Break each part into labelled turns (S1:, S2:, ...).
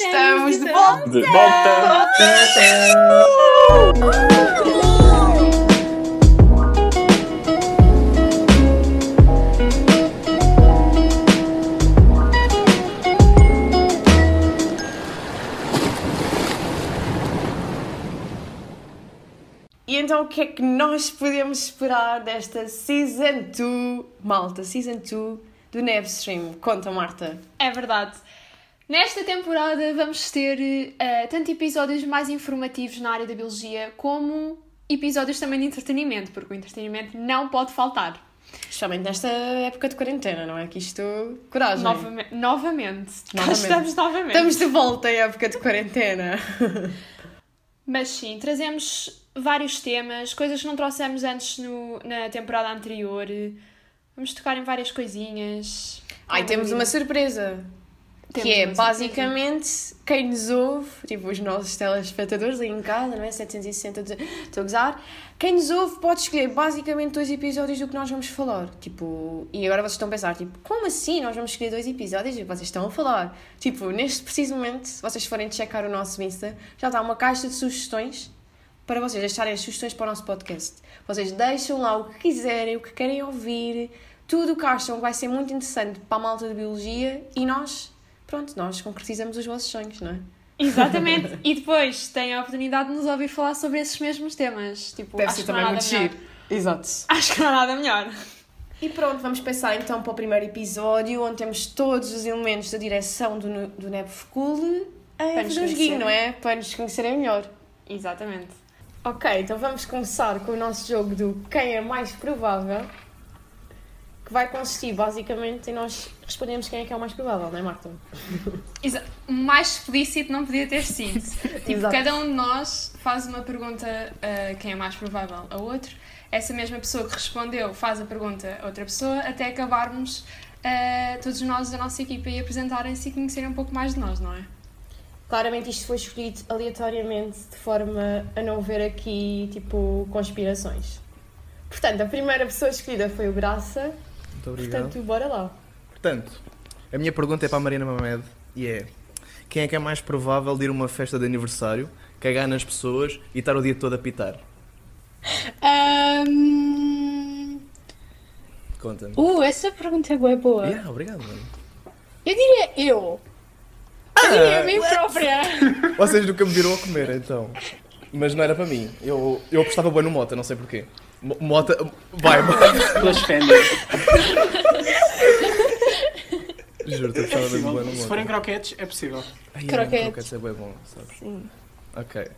S1: Estamos de volta!
S2: De volta!
S1: E então o que é que nós podemos esperar desta Season 2, malta, Season 2 do Nevstream? Conta, Marta.
S3: É verdade. Nesta temporada vamos ter eh, tanto episódios mais informativos na área da biologia, como episódios também de entretenimento, porque o entretenimento não pode faltar.
S1: Especialmente nesta época de quarentena, não é? Que isto... Coragem.
S3: Novame- novamente. Cá
S1: Novamente.
S3: Estamos novamente.
S1: Estamos de volta em época de quarentena.
S3: Mas sim, trazemos vários temas, coisas que não trouxemos antes no- na temporada anterior. Vamos tocar em várias coisinhas.
S1: Ai, temos uma surpresa.
S3: Temos
S1: que é
S3: uma surpresa.
S1: basicamente quem nos ouve, tipo os nossos telespectadores aí em casa, não é? 760, de- estou a gozar. Quem nos ouve pode escolher basicamente dois episódios do que nós vamos falar. Tipo, e agora vocês estão a pensar, tipo, como assim nós vamos escolher dois episódios e vocês estão a falar? Tipo, neste preciso momento, se vocês forem checar o nosso Insta, já está uma caixa de sugestões para vocês deixarem as sugestões para o nosso podcast. Vocês deixam lá o que quiserem, o que querem ouvir, tudo o que acham que vai ser muito interessante para a malta de biologia e nós, pronto, nós concretizamos os vossos sonhos, não é?
S3: Exatamente. e depois têm a oportunidade de nos ouvir falar sobre esses mesmos temas. Tipo, acho que não há nada melhor.
S1: Exato.
S3: Acho que não há nada melhor.
S1: E pronto, vamos pensar então para o primeiro episódio, onde temos todos os elementos da direção do, Nu- do Neb Fecul a
S3: nos
S1: fazer um joguinho,
S3: conhecerem.
S1: não é? Para nos conhecerem melhor.
S3: Exatamente.
S1: Ok, então vamos começar com o nosso jogo do quem é mais provável, que vai consistir basicamente em nós respondermos quem é que é o mais provável, não é, Marta?
S3: Exa- Mais explícito não podia ter sido. tipo,
S1: Exato.
S3: cada um de nós faz uma pergunta a quem é mais provável a outro. Essa mesma pessoa que respondeu faz a pergunta a outra pessoa até acabarmos ah, todos nós da nossa equipa e apresentarem-se e conhecerem um pouco mais de nós, não é?
S1: Claramente isto foi escolhido aleatoriamente, de forma a não haver aqui, tipo, conspirações. Portanto, a primeira pessoa escolhida foi o Graça,
S4: Muito obrigado.
S1: portanto, bora lá.
S4: Portanto, a minha pergunta é para a Marina Mamed e é: quem é que é mais provável de ir a uma festa de aniversário, cagar nas pessoas e estar o dia todo a pitar?
S5: Ahm,
S4: Conta-me.
S5: Uh, essa pergunta é bué boa.
S4: Yeah, obrigado, mano.
S5: Eu diria eu. Eu diria a mim própria.
S4: Vocês nunca me viram a comer, então. Mas não era para mim. Eu, eu apostava bem no Mota, não sei porquê. Mo- Mota. Vai, Mota.
S2: Pelas fendas.
S4: Juro, eu apostava bem no
S2: Se
S4: Mota.
S2: forem croquetes, é possível.
S4: Ai, é,
S5: Croquetes.
S4: croquetes é bem bom, sabes?
S1: Sim.
S4: Ok.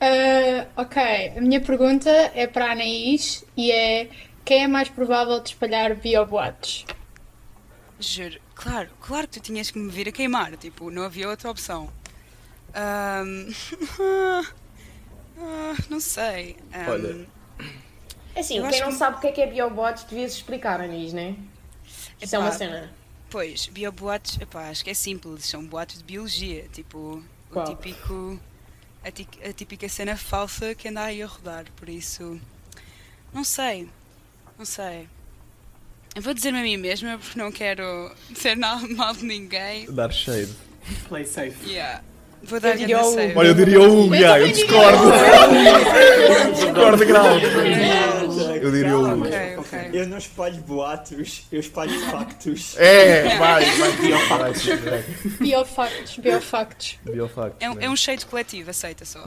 S5: Ah, ok, a minha pergunta é para a Anaís e é quem é mais provável de espalhar bioboates?
S6: Juro, claro, claro que tu tinhas que me vir a queimar, tipo, não havia outra opção. Ahm, ah, não sei. ahm,
S4: Olha.
S1: Assim,
S6: Eu
S1: quem
S6: acho
S1: não
S6: que-
S1: sabe o que é que é biobots, devias explicar, Anis, não é? Isso é uma
S6: Epá.
S1: cena.
S6: Pois, bioboates, epá, acho que é simples, são boatos de biologia, tipo,
S1: Qual?
S6: o típico, a, ti- a típica cena falsa que anda aí a rodar, por isso, não sei, não sei. Eu vou dizer-me a mim mesma porque não quero dizer nada mal de ninguém.
S4: Dar shade.
S2: Play safe.
S6: Yeah. Vou dar
S1: diria o-
S6: save.
S4: Olha, eu diria o Hugo, yeah, eu discordo. discordo grau. Eu diria um. o Hugo.
S6: Ok, ok.
S7: Eu não espalho boatos, eu espalho factos.
S4: É, vai, vai, biofactos.
S5: Biofactos, biofactos.
S4: Biofactos.
S6: É um, é um cheiro coletivo, aceita só.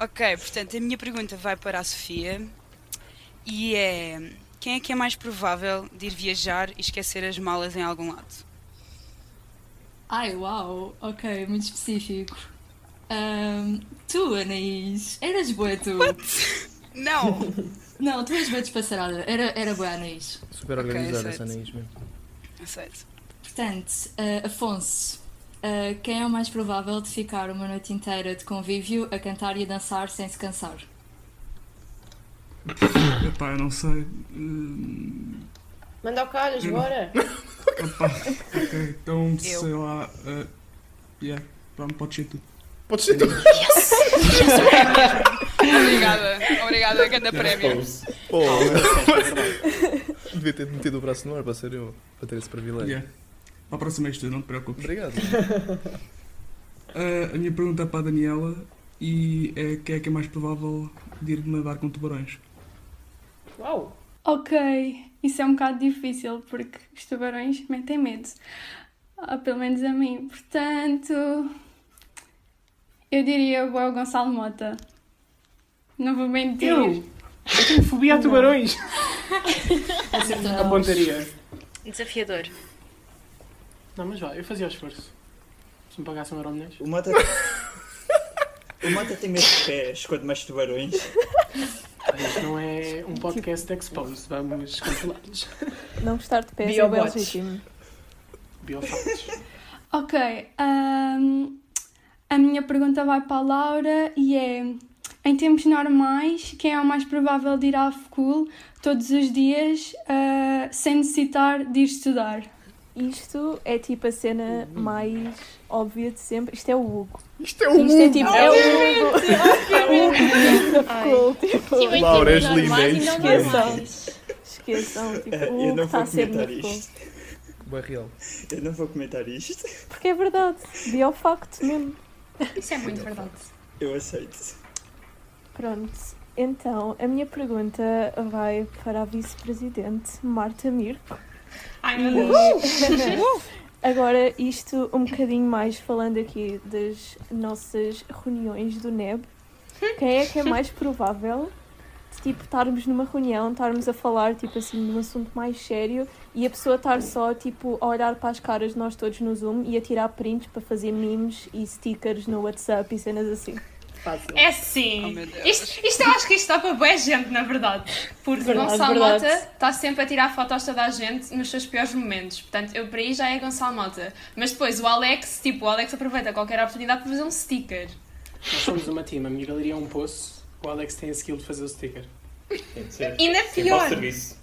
S6: Ok, portanto, a minha pergunta vai para a Sofia e é: quem é que é mais provável de ir viajar e esquecer as malas em algum lado?
S8: Ai, uau, ok, muito específico. Ahm, tu, Anaís, eras boa tu.
S6: Não!
S8: Não, tu és boa despassarada, era, era boa Anaís.
S4: Super
S6: Ok,
S4: organizada
S6: aceito.
S4: essa Anaís mesmo.
S6: Aceito.
S8: Portanto, ah, Afonso, ah, quem é o mais provável de ficar uma noite inteira de convívio a cantar e a dançar sem se cansar?
S9: Epá, eu não sei. Hum,
S1: Manda ao calhas, bora.
S9: Epá, ok, então sei lá. eh, yeah, pronto, pode ser tu.
S4: Podes ser tu.
S6: Obrigada, obrigada, grande prémio.
S4: Pô, devia ter metido o braço no ar para ser eu, para ter esse privilégio.
S9: Yeah. Pá, Para a próxima és tu, não te preocupes.
S4: Obrigado.
S9: Ah, a minha pergunta é para a Daniela e é quem é que é mais provável de ir nadar com tubarões?
S10: Uau!
S11: Ok, isso é um bocado difícil porque os tubarões metem medo. Ah, pelo menos a mim. Portanto, eu diria o Gonçalo Mota. Não vou mentir.
S2: Eu? Eu tenho fobia a tubarões. um
S8: Acertou.
S2: Apontaria.
S12: Desafiador.
S2: Não, mas vá, eu fazia o esforço. Se me pagassem um euro milhões.
S7: O Mota. o Mota tem medo de pés quanto mais tubarões.
S2: Isto não é um podcast de expose, vamos controlá-los.
S13: Não gostar de pés é bem
S10: Biobots.
S13: legítimo.
S2: Biofactos.
S11: Ok, ahm, a minha pergunta vai para a Laura e é: em tempos normais, quem é o mais provável de ir à FCUL todos os dias ah, sem necessitar de ir estudar?
S13: Isto é tipo a cena mais óbvia de sempre. Isto é o Hugo.
S4: Isto é
S13: Isto é tipo, é o Hugo. É o
S12: É
S10: Ai.
S13: Hugo. Tipo,
S12: Tive em
S4: Laura, és
S12: tempos normais
S4: linda,
S12: e não
S13: hein? Esqueçam.
S12: normais.
S13: Esqueçam. Tipo,
S7: Eh,
S13: o
S7: eu
S13: Hugo
S7: não
S13: está
S7: vou
S13: a ser
S7: comentar
S13: muito bom.
S7: isto.
S4: Barril.
S7: Eu não vou comentar isto.
S13: Porque é verdade. Deu facto mesmo.
S3: Isso é muito verdade.
S7: Eu aceito.
S13: Pronto. Então, a minha pergunta vai para a vice-presidente Marta Mir.
S3: Ai meu Deus.
S13: E- Agora, isto um bocadinho mais falando aqui das nossas reuniões do NEB. Quem é que é mais provável de tipo estarmos numa reunião, estarmos a falar tipo assim de um assunto mais sério e a pessoa estar só tipo a olhar para as caras de nós todos no Zoom e a tirar prints para fazer memes e stickers no WhatsApp e cenas assim?
S10: Fácil.
S3: É
S6: Oh,
S3: sim.
S6: meu Deus.
S3: Isto, isto eu acho que isto dá para boa gente, na verdade. Porque
S13: Verdade,
S3: Gonçalo
S13: verdade.
S3: Mota está sempre a tirar fotos de toda a gente nos seus piores momentos. Portanto, eu para aí já é Gonçalo Mota. Mas depois o Alex, tipo, o Alex aproveita qualquer oportunidade para fazer um sticker.
S2: Nós somos uma team, a minha galeria é um poço. O Alex tem a skill de fazer o sticker.
S3: E na pior.
S7: serviço.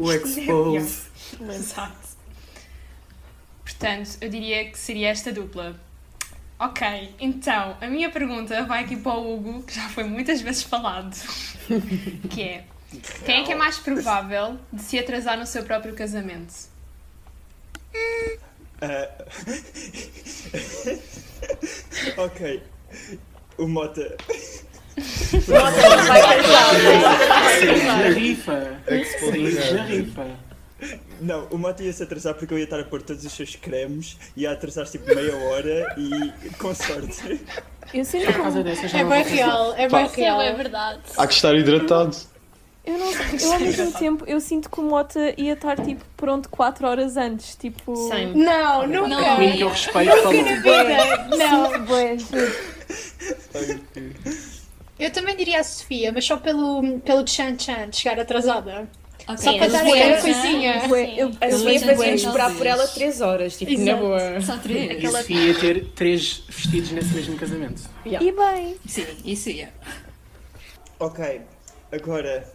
S2: O expose.
S3: Exato. Portanto, eu diria que seria esta dupla. Ok, então a minha pergunta vai aqui para o Hugo, que já foi muitas vezes falado, que é quem é que é mais provável de se atrasar no seu próprio casamento?
S7: Ah, ok. O Mota.
S2: Na rifa. Saímos na rifa.
S7: Não, o Mota ia se atrasar porque eu ia estar a pôr todos os seus cremes, ia atrasar tipo meia hora e com sorte.
S13: Eu sinto
S2: Por causa dessa já
S5: É
S2: não
S5: bem
S2: vou
S5: real, é bem real.
S12: verdade.
S14: Há que estar hidratado.
S13: Eu não eu ao mesmo tempo eu sinto que o Mota ia estar tipo pronto 4 horas antes, tipo
S10: Sem.
S5: Não, nunca.
S8: Não,
S2: fazer. O único que eu respeito falou.
S5: Vida, Não.
S13: Bué, juro.
S5: Eu também diria a Sofia, mas só pelo, pelo Chan Chan de chegar atrasada.
S8: Ok,
S5: Só para
S8: mas
S5: dar
S8: boa
S5: aquela
S8: gente,
S5: coisinha.
S13: Bué, eu-
S8: Eu
S12: Eu
S8: As
S13: eu-
S8: vou
S12: fazia
S8: já
S12: para
S8: aguentar
S12: esperar
S8: vocês.
S12: por ela 3 horas, tipo, na
S5: Exato.
S12: boa.
S8: Só três.
S2: E Sofia ia ter três vestidos nesse mesmo casamento.
S13: E bem,
S8: Sim, isso ia.
S7: Ok, agora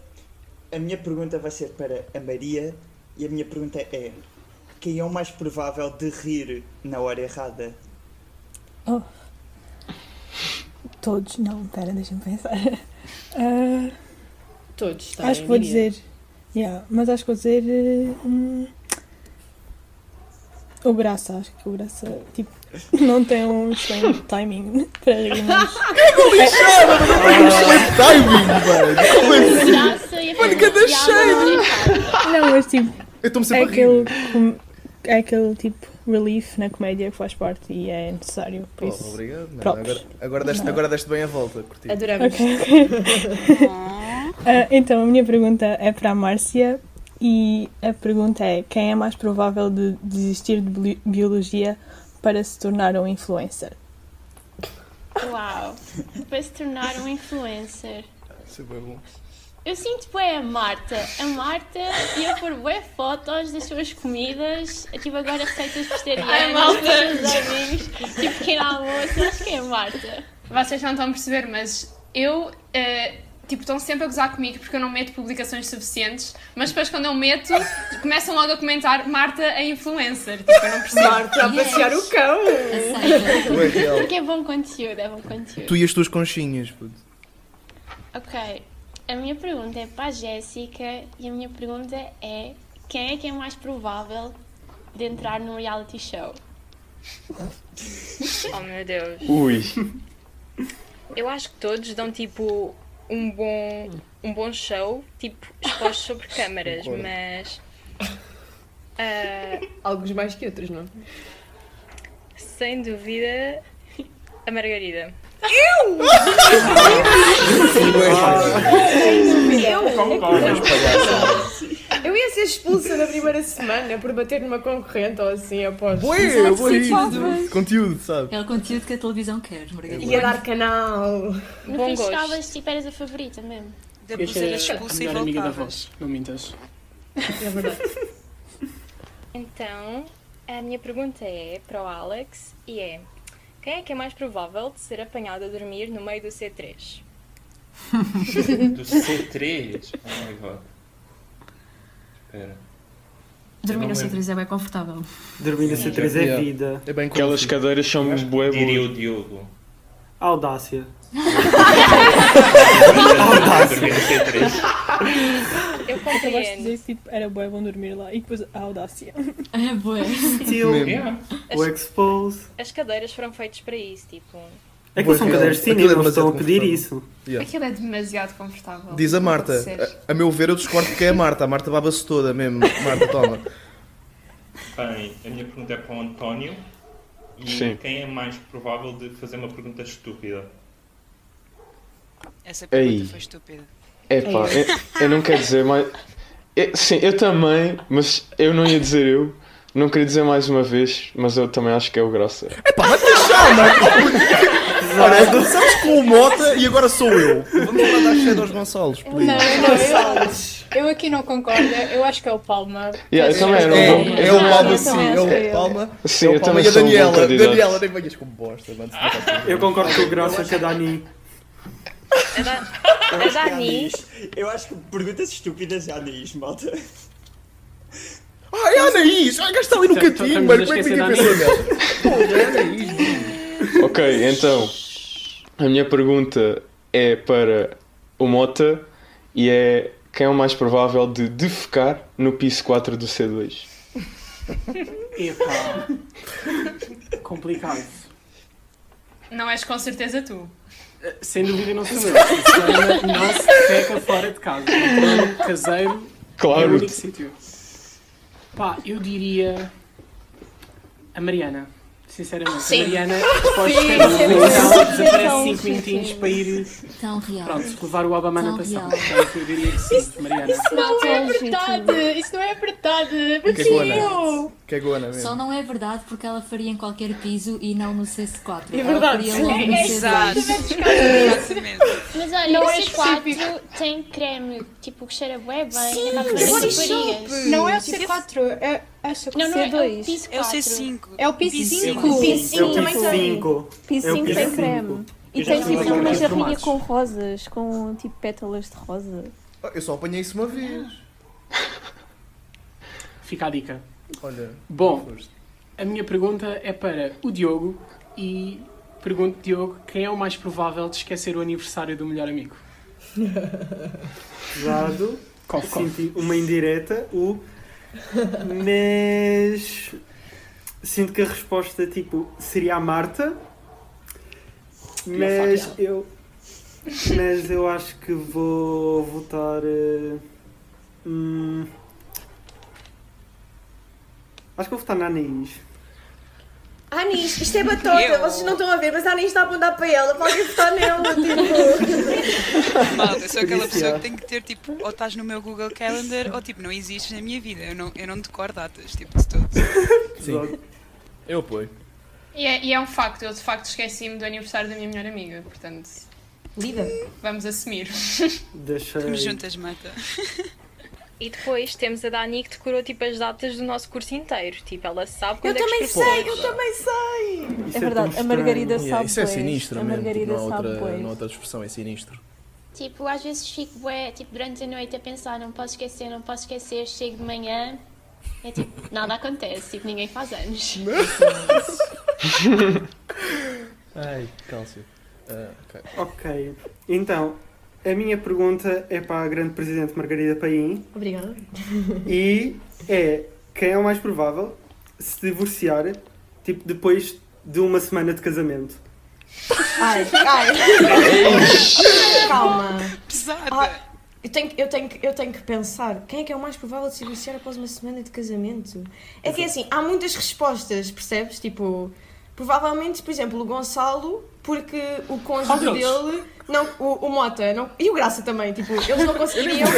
S7: a minha pergunta vai ser para a Maria e a minha pergunta é: quem é o mais provável de rir na hora errada?
S13: Todos? Não, pera, deixa-me pensar.
S10: Todos, tá?
S13: acho que vou dizer. Yeah, mas acho que vou dizer. eh, hum, o braço, acho que o braço, tipo, não tem um excelente timing para rir, mas.
S4: Ah, Timing, mano! Como é que-
S12: Graça e a
S4: Mano, cada cheiro!
S13: Não, mas tipo,
S4: Eu estou-me
S13: é
S4: sempre a
S13: aquele,
S4: rir.
S13: com- é aquele tipo relief na comédia que faz parte e é necessário. Por
S4: Oh,
S13: isso.
S4: obrigado, mano.
S13: Props.
S4: Agora, agora, deste, agora deste bem a volta, curti.
S10: Adoramos.
S13: Ah, então, a minha pergunta é para a Márcia e a pergunta é: quem é mais provável de desistir de bi- biologia para se tornar um influencer?
S12: Uau. Para se tornar um influencer.
S4: Isso é bem bom.
S12: Eu sinto bem a Marta. A Marta ia pôr bué fotos das suas comidas, tipo agora receitas
S3: Ai,
S12: vegetarianas,
S3: malta.
S12: dos seus amigos, tipo pequeno almoço. Acho que é a Marta.
S3: Vocês não estão a perceber, mas eu, eh, tipo, estão sempre a gozar comigo porque eu não meto publicações suficientes, mas depois quando eu meto, começam logo a comentar Marta a influencer. Tipo, eu não percebo.
S12: Marta a passear o cão.
S8: Aceita.
S4: Tu é real.
S12: Porque é bom conteúdo, é bom conteúdo.
S4: Tu e as tuas conchinhas, puto.
S12: Ok, a minha pergunta é para a Jéssica e a minha pergunta é quem é que é mais provável de entrar num reality show?
S14: Oh meu Deus.
S15: Ui.
S14: Eu acho que todos dão tipo um bom, um bom show, tipo expostos sobre câmaras,
S10: Concordo.
S14: mas. ah,
S10: Alguns mais que outros, não?
S14: sem dúvida, a Margarida.
S10: Eu! É Eu ia ser expulsa na primeira semana por bater numa concorrente ou assim, aposto.
S4: Bué, bué isso. Conteúdo, sabe?
S8: É o conteúdo que a televisão quer, Margarida.
S10: Ia dar canal.
S12: No
S2: Bom
S12: fim
S2: gosto.
S12: chegavas tipo eras a favorita mesmo.
S2: Eu acho que a melhor amiga da voz, não mintas.
S10: É verdade.
S14: Então, a minha pergunta é para o Alex e é: quem é que é mais provável de ser apanhado a dormir no meio do C3?
S15: Do C3? Oh my god. Espera.
S16: Dormir no
S15: Eu não lembro.
S16: C3 é bem confortável.
S17: Dormir no
S18: assim
S15: Sim.
S17: C3 é
S15: Yeah.
S17: vida.
S4: É bem
S15: Aquelas cadeiras são
S17: Eu acho que
S15: bué Diria o Diogo.
S17: Audácia.
S15: Dormir no C3.
S14: Eu
S16: acabaste de dizer que tipo, era bué bom dormir lá e depois a audácia.
S8: É bué.
S17: Still.
S14: Yeah.
S17: O expose.
S14: As cadeiras foram feitas para isso, tipo.
S17: Aquilo são
S4: Aquilo-
S17: cadeiras de cinema,
S4: aquilo é
S17: eles estão a
S4: demasiado
S17: pedir isso.
S4: Yeah.
S3: Aquilo é demasiado confortável.
S4: Diz a
S3: Não
S4: Marta.
S3: pode ser.
S4: A, a meu ver, eu discordo porque é a Marta. A Marta baba-se toda mesmo. Marta, toma.
S15: Bem, a minha pergunta é para o António. E
S2: Sim.
S15: quem é mais provável de fazer uma pergunta estúpida?
S6: Essa pergunta
S15: Ei.
S6: foi estúpida.
S15: Epá,
S6: Ei.
S15: eu- eu não quero dizer mais.
S18: Eu- sim, eu também, mas eu não ia dizer eu. Não queria dizer mais uma vez, mas eu também acho que é o Graça.
S4: Epá, vai deixar, mano! Olha, começamos com o Mota e agora sou eu. Vamos lá dar cheio aos Gonçalves,
S5: Não, não,
S4: please.
S5: eu, eu aqui não concordo. Eu acho que é o Palma.
S18: Yeah, eu também era um
S4: É,
S18: bom-
S4: é
S18: eu
S4: o
S18: também
S4: Palma,
S18: era-
S4: sim, é o Palma.
S18: Sim,
S4: é o
S18: eu
S4: Palma
S18: também
S4: e a
S18: sou um bom
S4: Daniela.
S18: candidato.
S4: Daniela, nem venhas com bosta, mano. tá
S17: Eu concordo com o Graça que a Dani.
S7: Eu acho que há
S14: Dani.
S7: anis. Eu acho que perguntas estúpidas há anis, malta.
S4: Ai, a Anaís! Ai, gasta ali no
S7: Estamos-
S4: cantinho,
S7: estamos
S4: mano.
S7: a
S4: Como é que
S7: esquecer
S4: ninguém
S7: da
S4: pensou
S7: Anaís.
S4: nela? Porra, Anaís.
S18: Ok, então. A minha pergunta é para o Mota e é quem é o mais provável de defecar no piso 4 do C2?
S2: Epá. Complicado.
S3: Não és com certeza tu.
S2: Sem dúvida não sou eu. Isso aí Não não se peca fora de casa. Então, caseiro é o
S18: Claro.
S2: único sítio. Pá, eu diria... A Mariana. Sinceramente,
S8: Sim.
S2: a Mariana depois
S8: Sim,
S2: de
S8: sim,
S2: ter
S8: sim.
S2: desaparece
S8: Tão
S2: 5 minutinhos
S8: fofinho.
S2: para ir
S8: Tão real.
S2: pronto, levar o Obama na
S8: Tão
S2: passada.
S8: real.
S2: Portanto, eu diria que sim, Mariana.
S5: Isso não é
S8: Não, gente,
S5: verdade! Isso não é verdade!
S18: é
S4: Cagona.
S5: Mentiu!
S4: Cagona mesmo.
S8: Só não é verdade porque ela faria em qualquer piso e não no C4.
S5: É
S8: Ela
S5: verdade,
S8: faria
S5: sim.
S8: logo no
S5: É,
S8: C2.
S12: Mas olha,
S5: Não
S12: o
S5: é
S12: C4 tem creme, tipo, que cheira bué bem. é
S5: Sim, é
S12: para
S5: body
S12: raparigas.
S5: shop. Não é o C4, é, acho que
S12: Não, não, é
S5: C2.
S12: o piso
S5: É o
S12: quatro.
S5: C5. É o piso 5.
S17: É o piso
S13: Sim, também tem.
S17: cinco. É o
S13: Piscinho
S17: piso
S13: tem
S17: cinco.
S13: creme. E
S4: Eu já
S13: tem
S4: sei
S13: tipo
S4: agora
S2: um
S13: uma
S4: que é
S13: jarrinha
S4: formatos.
S13: com rosas, com tipo pétalas de rosa.
S4: Ah, Eu só apanhei isso uma vez.
S2: Fica a dica.
S4: Olha.
S2: Bom, a minha pergunta é para o Diogo e pergunto, Diogo, quem é o mais provável de esquecer o aniversário do melhor amigo?
S17: Dado.
S2: Cof, cof.
S17: Senti uma indireta. O. Mas. Sinto que a resposta tipo seria a Marta. Mas eu. Mas eu acho que vou votar. eh, hum, acho que vou votar na Anaís.
S1: Anis, isto é batota,
S17: Eu.
S1: vocês não estão a ver, mas a Anis está a apontar para ela, podem votar nela, tipo.
S6: Malta, eu sou aquela
S1: Por isso,
S6: pessoa
S1: já.
S6: que tem que ter tipo, ou estás no meu Google Calendar ou tipo, não existes na minha vida. Eu não, eu não decoro datas, tipo, de todo.
S4: Sim. Eu apoio.
S3: E é, e é um facto, eu de facto esqueci-me do aniversário da minha melhor amiga, portanto.
S8: Lida.
S3: Vamos assumir.
S17: Deixa.
S6: Estamos juntas, Mata.
S14: E depois temos a Dani que decorou tipo as datas do nosso curso inteiro. Tipo, ela sabe
S1: Eu
S14: quando é que
S1: também
S14: os professores-
S1: sei, eu também sei!
S13: É verdade, a Margarida sabe
S4: Isso é
S13: bué.
S4: sinistro
S13: A
S4: mesmo. tipo,
S13: Margarida
S4: Não há
S13: sabe
S4: outra-
S13: bué.
S4: não há outra expressão, é sinistro.
S12: Tipo, às vezes fico bué, tipo, durante a noite a pensar, não posso esquecer, não posso esquecer, chego de manhã, é tipo, nada acontece, tipo, ninguém faz anos.
S4: Ai, cálcio. Ah, ok.
S17: Ok. Então, a minha pergunta é para a grande presidente Margarida Paim.
S1: Obrigada.
S17: E é quem é o mais provável se divorciar, tipo, depois de uma semana de casamento.
S1: Ai, ai. Calma. Ah,
S6: Pesada.
S1: eu, tenho, que- eu, tenho, que- eu tenho que pensar. Quem é que é o mais provável de se divorciar após uma semana de casamento? É que é assim, há muitas respostas, percebes? Tipo, provavelmente, por exemplo, o Gonçalo, porque o cônjuge
S10: Qual deles?
S1: dele. Não, o, o Mota não, e o Graça também, tipo, eles não conseguiriam.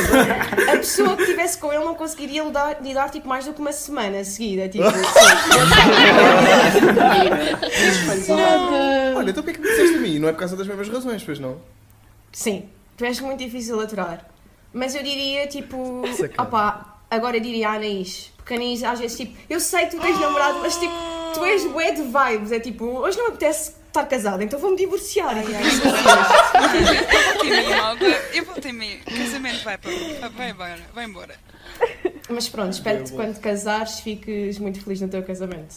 S1: A pessoa que estivesse com ele não conseguiria lidar, lidar tipo, mais do que uma semana seguida. Tipo, Não.
S4: Olha, então porquê que me disseste a mim? Não é por causa das mesmas razões, pois não?
S1: Sim, tu és muito difícil de aturar. Mas eu diria tipo.
S4: Sacana.
S1: Opa, agora eu diria a Anaís. Porque a Anaís às vezes tipo. Eu sei que tu tens namorado, mas tipo. Tu és bué de vibes. É tipo. Hoje não me apetece estar casada, então vou-me divorciar. E, tipo, isso
S6: Volta em mim, malta. Eu volto em mim. Casamento vai para. Vai embora. Vai embora.
S1: Mas pronto, espero que
S6: Bué bom.
S1: quando casares fiques muito feliz no teu casamento.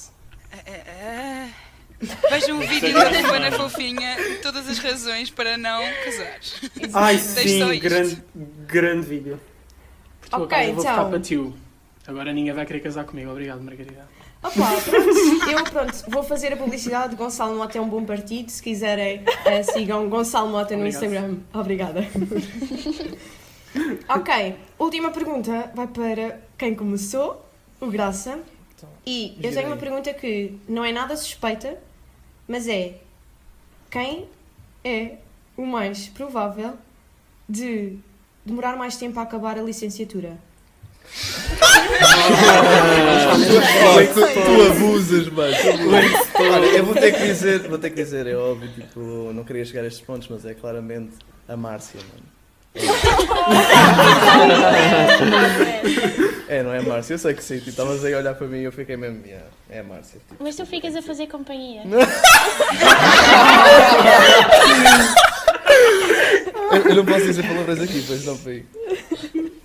S6: Ah, ah. Vejam o vídeo da Giovanna Fofinha, todas as razões para não casar.
S17: Ai,
S6: Deixo só
S17: sim,
S6: isto.
S17: grande, grande vídeo.
S2: Por tua
S1: Ok,
S2: causa vou
S1: então.
S2: votar para tio. Agora ninguém vai querer casar comigo. Obrigado, Margarida.
S1: Opa, pronto. Eu, pronto, vou fazer a publicidade. Gonçalo Mota é um bom partido. Se quiserem, eh, sigam Gonçalo Mota no
S2: Obrigado.
S1: Instagram. Obrigada. ok, última pergunta vai para quem começou, o Graça. E eu
S10: gira
S1: tenho uma
S10: aí.
S1: pergunta que não é nada suspeita, mas é: quem é o mais provável de demorar mais tempo a acabar a licenciatura?
S4: Olha, É tu, tu abusas, mano. tu é abusas. Olha, eu vou ter que dizer, vou ter que dizer, é óbvio, tipo, não queria chegar a estes pontos, mas é claramente a Márcia, mano. É, não é a Márcia? Eu sei que sim, tipo, estavas aí a olhar para mim e eu fiquei mesmo, yeah, é a Márcia. tipo.
S12: Mas tu ficas a fazer companhia.
S4: Eu, eu não posso dizer palavras aqui, pois não foi.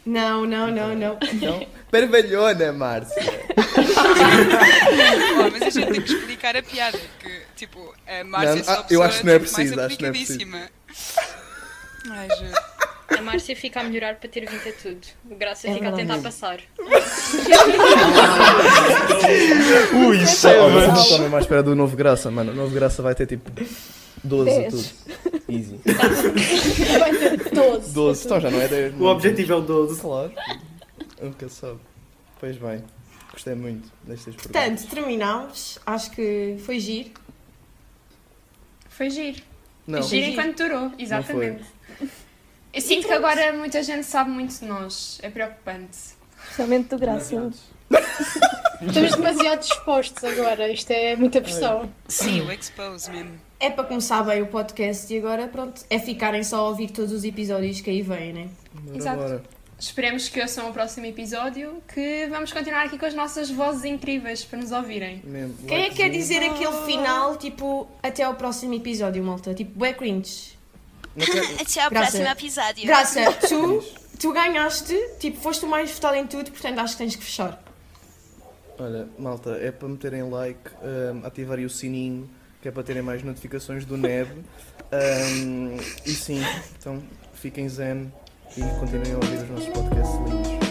S1: Não, não, não, não.
S4: Não? Pervelhona, Márcia.
S6: Bom, mas a gente tem que explicar a piada, que tipo, a Márcia
S4: Não,
S6: é só a
S4: ah, eu
S6: pessoa
S4: acho que não é
S6: tipo,
S4: preciso,
S6: mais
S4: acho que não é preciso.
S6: aplicadíssima.
S14: Ai, juro. A Márcia fica a melhorar para ter vindo a tudo. O Graça
S1: É
S14: fica a tentar
S1: verdade.
S14: passar.
S4: Ui, isso é
S14: Olha,
S4: Não
S14: mas-
S4: estou mesmo à espera do novo Graça, mano. O novo Graça vai ter tipo 12 a tudo.
S17: Dez.
S4: Easy.
S17: Vai ter 12.
S4: 12, então já não é 10.
S17: O objetivo é o 12.
S4: Claro. Nunca soube. Pois bem, gostei muito destas perguntas.
S1: Portanto, terminámos. Acho que foi giro.
S3: Foi giro.
S4: Então, Não.
S3: Giro enquanto durou, exatamente. Então, Eu sinto que agora muita gente sabe muito de nós. É preocupante.
S13: Especialmente do Graça.
S5: Estamos demasiado expostos agora, isto é muita pressão.
S6: Sim, o expose mesmo.
S1: É para começar bem o podcast e agora, pronto, é ficarem só a ouvir todos os episódios que aí vêm, né?
S3: Exato. Esperemos que ouçam o próximo episódio, que vamos continuar aqui com as nossas vozes incríveis para nos ouvirem.
S1: Quem é que quer dizer aquele final, tipo, até ao próximo episódio, malta? Tipo, bué cringe.
S19: Até ao
S1: Graça.
S19: próximo episódio.
S1: Graça, tu, tu ganhaste, tipo, foste o mais votado em tudo, portanto acho que tens que fechar.
S4: Olha, malta, é para meterem like, ahm, ativarem o sininho, que é para terem mais notificações do Um, NEB. Ahm, e sim, então fiquem zen e continuem a ouvir os nossos podcasts lindos.